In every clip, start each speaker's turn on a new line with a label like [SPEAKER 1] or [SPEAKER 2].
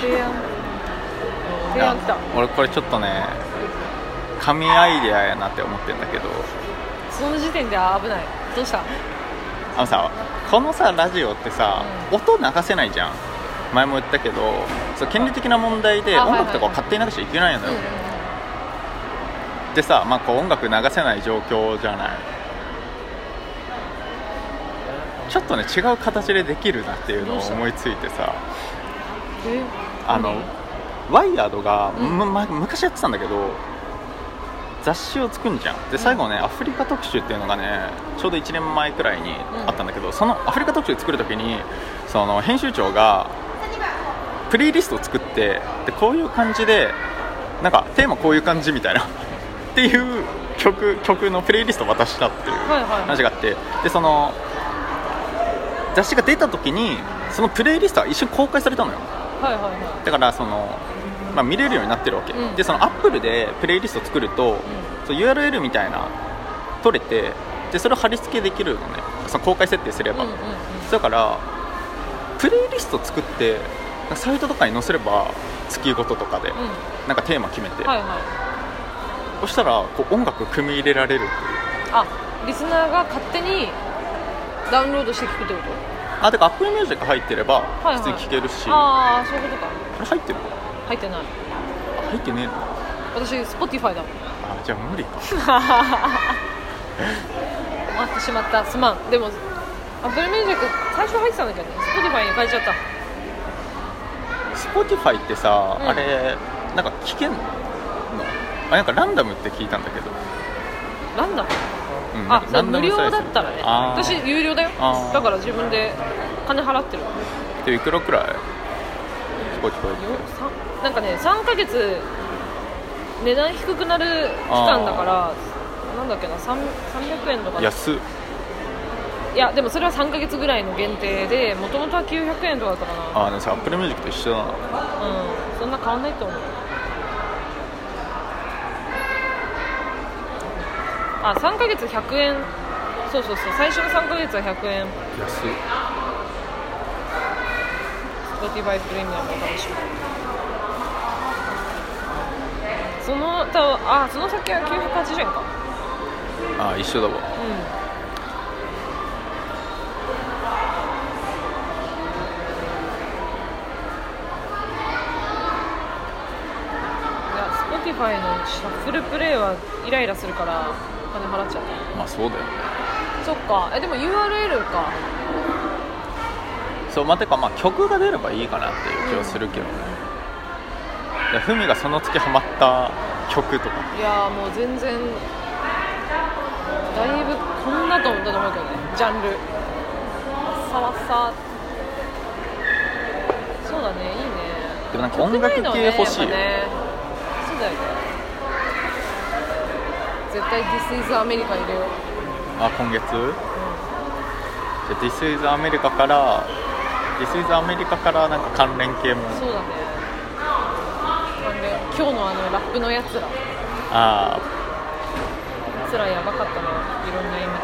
[SPEAKER 1] 提案提案来た
[SPEAKER 2] 俺これちょっとね神アイデアやなって思ってんだけど
[SPEAKER 1] その時点であ危ないどうした
[SPEAKER 2] あのさこのさラジオってさ、
[SPEAKER 1] う
[SPEAKER 2] 音流せないじゃん前も言ったけどそう権利的な問題で
[SPEAKER 1] あはいは
[SPEAKER 2] 音
[SPEAKER 1] い
[SPEAKER 2] 楽とかを勝手に流しちゃいけないのよ、
[SPEAKER 1] う
[SPEAKER 2] でさ、まあ、こう音楽流せない状況じゃないちょっとね違う形でできるなっていうのを
[SPEAKER 1] どうした
[SPEAKER 2] 思いついてさ
[SPEAKER 1] んうんえ
[SPEAKER 2] あのワイヤードが、
[SPEAKER 1] うん
[SPEAKER 2] むま昔やってたんだけど雑誌を作るじゃんで最後ね、アフリカ特集っていうのがねちょうど1年前くらいにあったんだけど、そのアフリカ特集作るときにその編集長がプレイリストを作ってでこういう感じでなんかテーマこういう感じみたいな っていう曲曲のプレイリストを渡したっていう
[SPEAKER 1] はいはい
[SPEAKER 2] 話があってでその雑誌が出た時にそのプレイリストは一緒に公開されたのよ
[SPEAKER 1] はいはいは
[SPEAKER 2] だからその、まあ、見れるようになってるわけ、
[SPEAKER 1] うん
[SPEAKER 2] でそのアップルでプレイリスト作ると、そう URL みたいな取れてでそれを貼り付けできるのねその公開設定すれ
[SPEAKER 1] いうん
[SPEAKER 2] ば、
[SPEAKER 1] うんうん
[SPEAKER 2] だからプレイリスト作ってサイトとかに載せれば月ごととかで、
[SPEAKER 1] うん
[SPEAKER 2] なんかテーマ決めて、
[SPEAKER 1] はいはい
[SPEAKER 2] そしたらこう音楽組み入れられるっていう
[SPEAKER 1] あリスナーが勝手にダウンロードして聞くってこと
[SPEAKER 2] あてか Apple Music 入ってれば
[SPEAKER 1] はいはい
[SPEAKER 2] 普通に聴けるし、
[SPEAKER 1] ああそういうことか
[SPEAKER 2] これ入ってる
[SPEAKER 1] 入ってない
[SPEAKER 2] あ入ってねえの
[SPEAKER 1] 私 Spotify だもん
[SPEAKER 2] あじゃあ無理か
[SPEAKER 1] 終わってしまったすまんでも Apple Music 最初入ってたんだけどね Spotify に変えちゃった
[SPEAKER 2] Spotify ってさ、
[SPEAKER 1] うん
[SPEAKER 2] あれなんか聞けんのあなんかランダムって聞いたんだけど、
[SPEAKER 1] なんだ
[SPEAKER 2] うんなん
[SPEAKER 1] あ
[SPEAKER 2] か
[SPEAKER 1] そ
[SPEAKER 2] ラ
[SPEAKER 1] れ
[SPEAKER 2] ン
[SPEAKER 1] 無
[SPEAKER 2] ダム
[SPEAKER 1] 料
[SPEAKER 2] サイズ
[SPEAKER 1] だったらね
[SPEAKER 2] あー
[SPEAKER 1] 私有料だよ
[SPEAKER 2] あー
[SPEAKER 1] だから自分で金払ってるよ
[SPEAKER 2] でいくらくらい Spotify って
[SPEAKER 1] さんなんかね3ヶ月値段低くなる期間だからなんだっけなさん300円とか
[SPEAKER 2] 安っ
[SPEAKER 1] いやでもそれは3ヶ月ぐらいの限定でもともとは900円とかだったかな
[SPEAKER 2] あーでもさ Apple Music と一緒だな
[SPEAKER 1] うんそんな変わんないと思うあ3ヶ月100円そうそうそう最初の3ヶ月は100円
[SPEAKER 2] 安っ
[SPEAKER 1] Spotify プレミアムお楽しみそのとあその先は980円か
[SPEAKER 2] あー一緒だわ
[SPEAKER 1] うんいや Spotify のシャッフルプレイはイライラするから金払っちゃう
[SPEAKER 2] まあそうだよね
[SPEAKER 1] そっかえでも URL か
[SPEAKER 2] そうまあてかまあ曲が出ればいいかなっていう気はするけどねいやふみがその月ハマった曲とか
[SPEAKER 1] いやーもう全然だいぶこんなと思ったと思うけどねジャンルさわさそうだねいいね
[SPEAKER 2] でもなんか
[SPEAKER 1] 曲
[SPEAKER 2] 音楽
[SPEAKER 1] ないのは
[SPEAKER 2] 系
[SPEAKER 1] ね
[SPEAKER 2] 欲しいよ、
[SPEAKER 1] やっぱねそうだよね絶対 This is America 入れよう
[SPEAKER 2] あ今月、じゃあ This is America から This is America からなんか関連系も
[SPEAKER 1] そうだねなんで今日のあのラップのやつらや
[SPEAKER 2] あ
[SPEAKER 1] つらやばかったないろんな意味
[SPEAKER 2] ー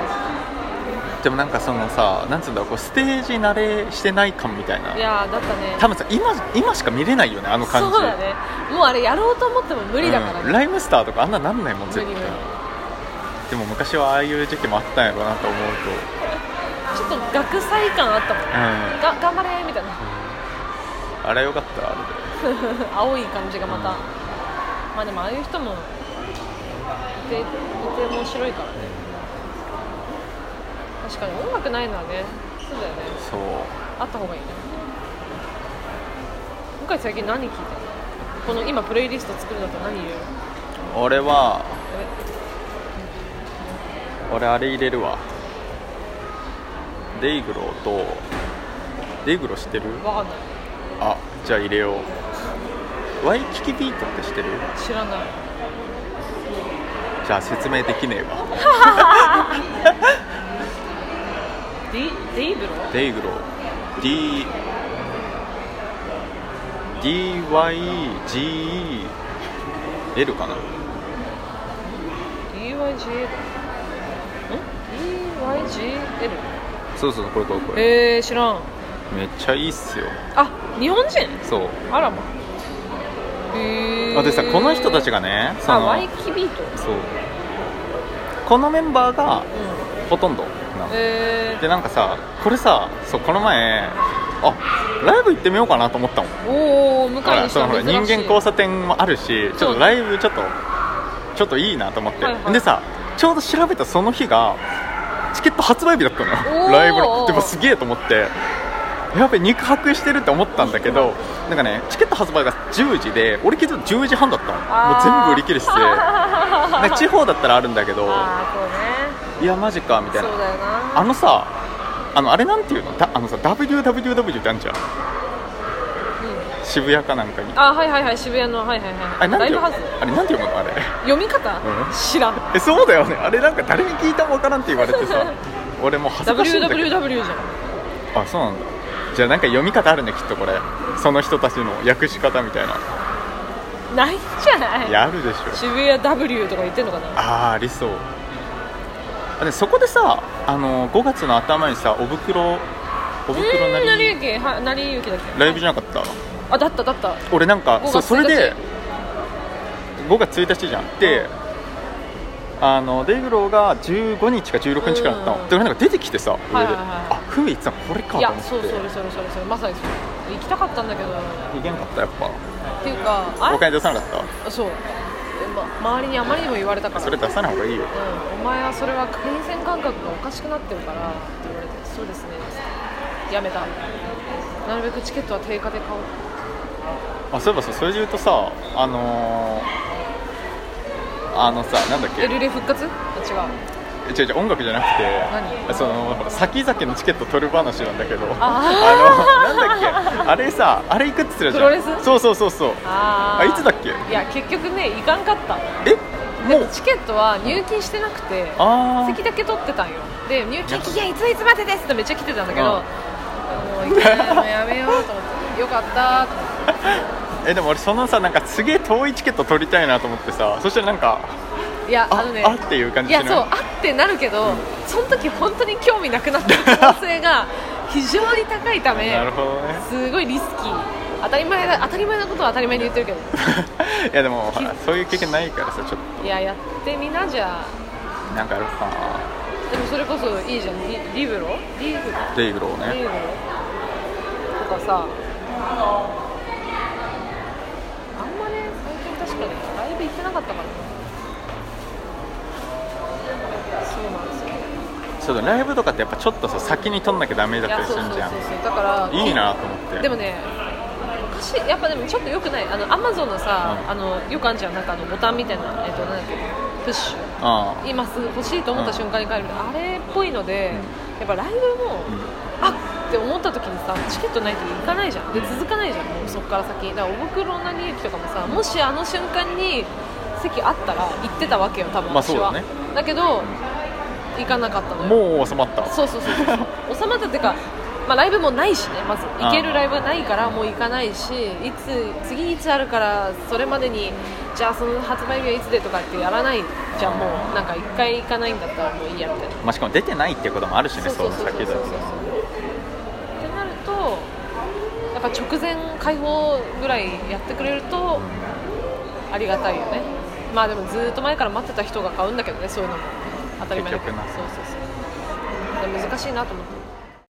[SPEAKER 2] でもなんかそのさなんつうんだろうこうステージ慣れしてない感みたい
[SPEAKER 1] でい
[SPEAKER 2] な
[SPEAKER 1] やーだったね
[SPEAKER 2] 多分さ今今しか見れないよねあの感じ
[SPEAKER 1] そうだねもうあれやろうと思っても無理だから
[SPEAKER 2] うん
[SPEAKER 1] ね、
[SPEAKER 2] ライムスターとかあんななんないもん
[SPEAKER 1] 無
[SPEAKER 2] 絶
[SPEAKER 1] 理無理
[SPEAKER 2] 対でも昔はああいう時期もあったんやろなと思う
[SPEAKER 1] ちょっと学祭感あったもん
[SPEAKER 2] とうん
[SPEAKER 1] が頑張れみたいな
[SPEAKER 2] あれよかったあれで
[SPEAKER 1] 青い感じがまたまあでもああいう人もいていて面白いからね確かに音楽ないのはねそうだよね
[SPEAKER 2] そう
[SPEAKER 1] あった方がいいね今回最近何聴いたのこの今プレイリスト作るだと何言う
[SPEAKER 2] 俺は
[SPEAKER 1] え
[SPEAKER 2] 俺あれ入れるわデイグローとデイグロー知ってる
[SPEAKER 1] わかんない
[SPEAKER 2] あじゃあ入れようワイキキビートって知ってる
[SPEAKER 1] 知らない
[SPEAKER 2] じゃあ説明できねえわ
[SPEAKER 1] ディデイブロ
[SPEAKER 2] デイグロー D DYGEL かな
[SPEAKER 1] DYGL ん ?DYGL?
[SPEAKER 2] そうそうこれこれこれ
[SPEAKER 1] えー、知らん
[SPEAKER 2] めっちゃいいっすよ
[SPEAKER 1] あ日本人
[SPEAKER 2] そう
[SPEAKER 1] あらまへえ
[SPEAKER 2] あでさこの人たちがねそ
[SPEAKER 1] あ
[SPEAKER 2] の
[SPEAKER 1] ワイキビート
[SPEAKER 2] そうこのメンバー
[SPEAKER 1] う
[SPEAKER 2] が
[SPEAKER 1] ん
[SPEAKER 2] ほとんどなの
[SPEAKER 1] へ
[SPEAKER 2] でなんかさこれさそうこの前あライブ行ってみようかなと思ったもん
[SPEAKER 1] えおお向
[SPEAKER 2] ほ
[SPEAKER 1] かい
[SPEAKER 2] ら
[SPEAKER 1] にし
[SPEAKER 2] そ
[SPEAKER 1] た
[SPEAKER 2] のほら人間交
[SPEAKER 1] 差
[SPEAKER 2] 差点もあるしちょっとライブちょっとちょっといいなと思って、
[SPEAKER 1] はいはい
[SPEAKER 2] でさちょうど調べたその日がチケット発売日だったの
[SPEAKER 1] おー
[SPEAKER 2] よライブのでもすげえと思ってやべ肉薄してるって思ったんだけどなんかねチケット発売が10時で俺気づいた10時半だったのもう全部売り 切れしててなんか地方だったらあるんだけど
[SPEAKER 1] ああそうね
[SPEAKER 2] いやマジかみたいな
[SPEAKER 1] そうだよな
[SPEAKER 2] あのさあのあれなんていうのだあのさ WWW ってあるじゃん
[SPEAKER 1] うん
[SPEAKER 2] 渋谷かなんかにあ
[SPEAKER 1] あはいはいはい渋谷のはいはいは
[SPEAKER 2] れ
[SPEAKER 1] い
[SPEAKER 2] なん
[SPEAKER 1] ラ
[SPEAKER 2] て
[SPEAKER 1] イブ
[SPEAKER 2] いう
[SPEAKER 1] ハ
[SPEAKER 2] の
[SPEAKER 1] ウス
[SPEAKER 2] あれなんていうのあれ
[SPEAKER 1] 読み方、
[SPEAKER 2] うん
[SPEAKER 1] 知らん
[SPEAKER 2] えそうだよねあれなんか誰に聞いたもわからんって言われてさ 俺もう恥ずかしいんだけど
[SPEAKER 1] WWW じゃん
[SPEAKER 2] あそうなんだじゃあなんか読み方あるねきっとこれその人たちの訳し方みたいな
[SPEAKER 1] ないんじゃない
[SPEAKER 2] いやあるでしょ
[SPEAKER 1] 渋谷 W とか言ってんのかな
[SPEAKER 2] ああありそうあでそこでさあの5月の頭にさお袋お
[SPEAKER 1] う
[SPEAKER 2] 袋な
[SPEAKER 1] ーん成り
[SPEAKER 2] り
[SPEAKER 1] 行きは成り行きだっけ
[SPEAKER 2] ライブじ
[SPEAKER 1] ゃ
[SPEAKER 2] ゃなかった
[SPEAKER 1] あだっただった
[SPEAKER 2] 俺なんか
[SPEAKER 1] 5
[SPEAKER 2] そう
[SPEAKER 1] 月
[SPEAKER 2] それ
[SPEAKER 1] 1
[SPEAKER 2] で
[SPEAKER 1] 日
[SPEAKER 2] 5月1日じゃんで、
[SPEAKER 1] うん
[SPEAKER 2] あのデイグローが15日か16日からだったの、
[SPEAKER 1] うん
[SPEAKER 2] で俺なんか出てきてさ、上
[SPEAKER 1] はいはい
[SPEAKER 2] で
[SPEAKER 1] はい
[SPEAKER 2] あふみ言ってたのこれか
[SPEAKER 1] いや
[SPEAKER 2] と思って
[SPEAKER 1] そうそれそれそれそれまさにそう行きたかったんだけどっ
[SPEAKER 2] いけんかったやっぱ
[SPEAKER 1] ていうか
[SPEAKER 2] お金
[SPEAKER 1] あ
[SPEAKER 2] 出さなかっ
[SPEAKER 1] そうでま周りにあまりにも言われたから
[SPEAKER 2] たそれ出さない方がいいよ
[SPEAKER 1] うん、お前はそれは金銭感覚がおかしくなってるからって言われてそうですねやめたなるべくチケットは定価で買おう
[SPEAKER 2] あそういえばさそれで言うとさあのー、あのさなんだっけ
[SPEAKER 1] エルレ復活あ違う
[SPEAKER 2] 違う違う音楽じゃなくて
[SPEAKER 1] 何
[SPEAKER 2] そのほら先々のチケット取る話なんだけど
[SPEAKER 1] あ
[SPEAKER 2] のなんだっけあれさあれ行くって言ってたじゃん
[SPEAKER 1] プロレス
[SPEAKER 2] そうそうそうそう
[SPEAKER 1] あ
[SPEAKER 2] あいつだっけ
[SPEAKER 1] いや結局ね行かんかった
[SPEAKER 2] え
[SPEAKER 1] で
[SPEAKER 2] も
[SPEAKER 1] も
[SPEAKER 2] う
[SPEAKER 1] チケットは入金してなくて
[SPEAKER 2] あ
[SPEAKER 1] 席だけ取ってたんよで入金期限いついつまでですってめっちゃ来てたんだけど、もういけないもうやめようと思ってよかったーと思って
[SPEAKER 2] あえでも俺そのさなんかすげえ遠いチケット取りたいなと思ってさそしたらなんか
[SPEAKER 1] いや
[SPEAKER 2] あ
[SPEAKER 1] あのね
[SPEAKER 2] あっていう感
[SPEAKER 1] い
[SPEAKER 2] じしな
[SPEAKER 1] や
[SPEAKER 2] い
[SPEAKER 1] そうあってなるけど、その時本当に興味なくなった可能性 が非常に高いため
[SPEAKER 2] なるほどね
[SPEAKER 1] すごいリスキー当たり前だ当たり前なことは当たり前に言ってるけど
[SPEAKER 2] いやでもほらそういう経験ないからさちょっ
[SPEAKER 1] いややってみなじゃ
[SPEAKER 2] となんかあるかな
[SPEAKER 1] でもそれこそいいじゃんリリブロリブロ
[SPEAKER 2] デイグロー
[SPEAKER 1] リ
[SPEAKER 2] ね
[SPEAKER 1] ブロとかさあんまね最近確かにライブ行ってなかったからなそうなんですよ
[SPEAKER 2] そうだライブとかってやっぱちょっとさ先に取んなきゃダメだ
[SPEAKER 1] い
[SPEAKER 2] っ
[SPEAKER 1] や
[SPEAKER 2] たり
[SPEAKER 1] そ
[SPEAKER 2] す
[SPEAKER 1] うそうそう
[SPEAKER 2] るじゃん
[SPEAKER 1] そうだから
[SPEAKER 2] いいなと思って
[SPEAKER 1] でもね昔やっぱでもちょっとよくないあのアマゾンのさ、
[SPEAKER 2] うん
[SPEAKER 1] あのよくあるじゃんなんかあのボタンみたいなえっとなんだっけプッシュ
[SPEAKER 2] ああ
[SPEAKER 1] 今すぐ欲しいと思った瞬間に買えるみたいなあれっぽいので、やっぱライブも、
[SPEAKER 2] うん
[SPEAKER 1] あっって思った時にさチケットないと行かないじゃんで続かないじゃんもうそっから先だからお袋の利益とかもさもしあの瞬間に席あったら行ってたわけよ多分
[SPEAKER 2] まあ
[SPEAKER 1] 私
[SPEAKER 2] そう
[SPEAKER 1] は、
[SPEAKER 2] だね
[SPEAKER 1] だけど行かなかったのよ
[SPEAKER 2] もう収まった
[SPEAKER 1] そうそうそうそう収まったっていうか、まあ、ライブもないしねまず行けるライブはないからもう行かないしいつ次いつあるからそれまでにじゃあその発売日はいつでとかってやらないじゃあもうなんか一回行かないんだったらもういいやみたいな
[SPEAKER 2] まあしかも出てないっていうこともあるしねそ
[SPEAKER 1] そう
[SPEAKER 2] の
[SPEAKER 1] そう
[SPEAKER 2] 先
[SPEAKER 1] そうそうっ
[SPEAKER 2] 々
[SPEAKER 1] てなるとやっぱ直前解放ぐらいやってくれるとありがたいよねまあでもずーっと前から待ってた人が買うんだけどねそういうのも当たり前だけど
[SPEAKER 2] 結局な
[SPEAKER 1] そうそうそうで難しいなと思って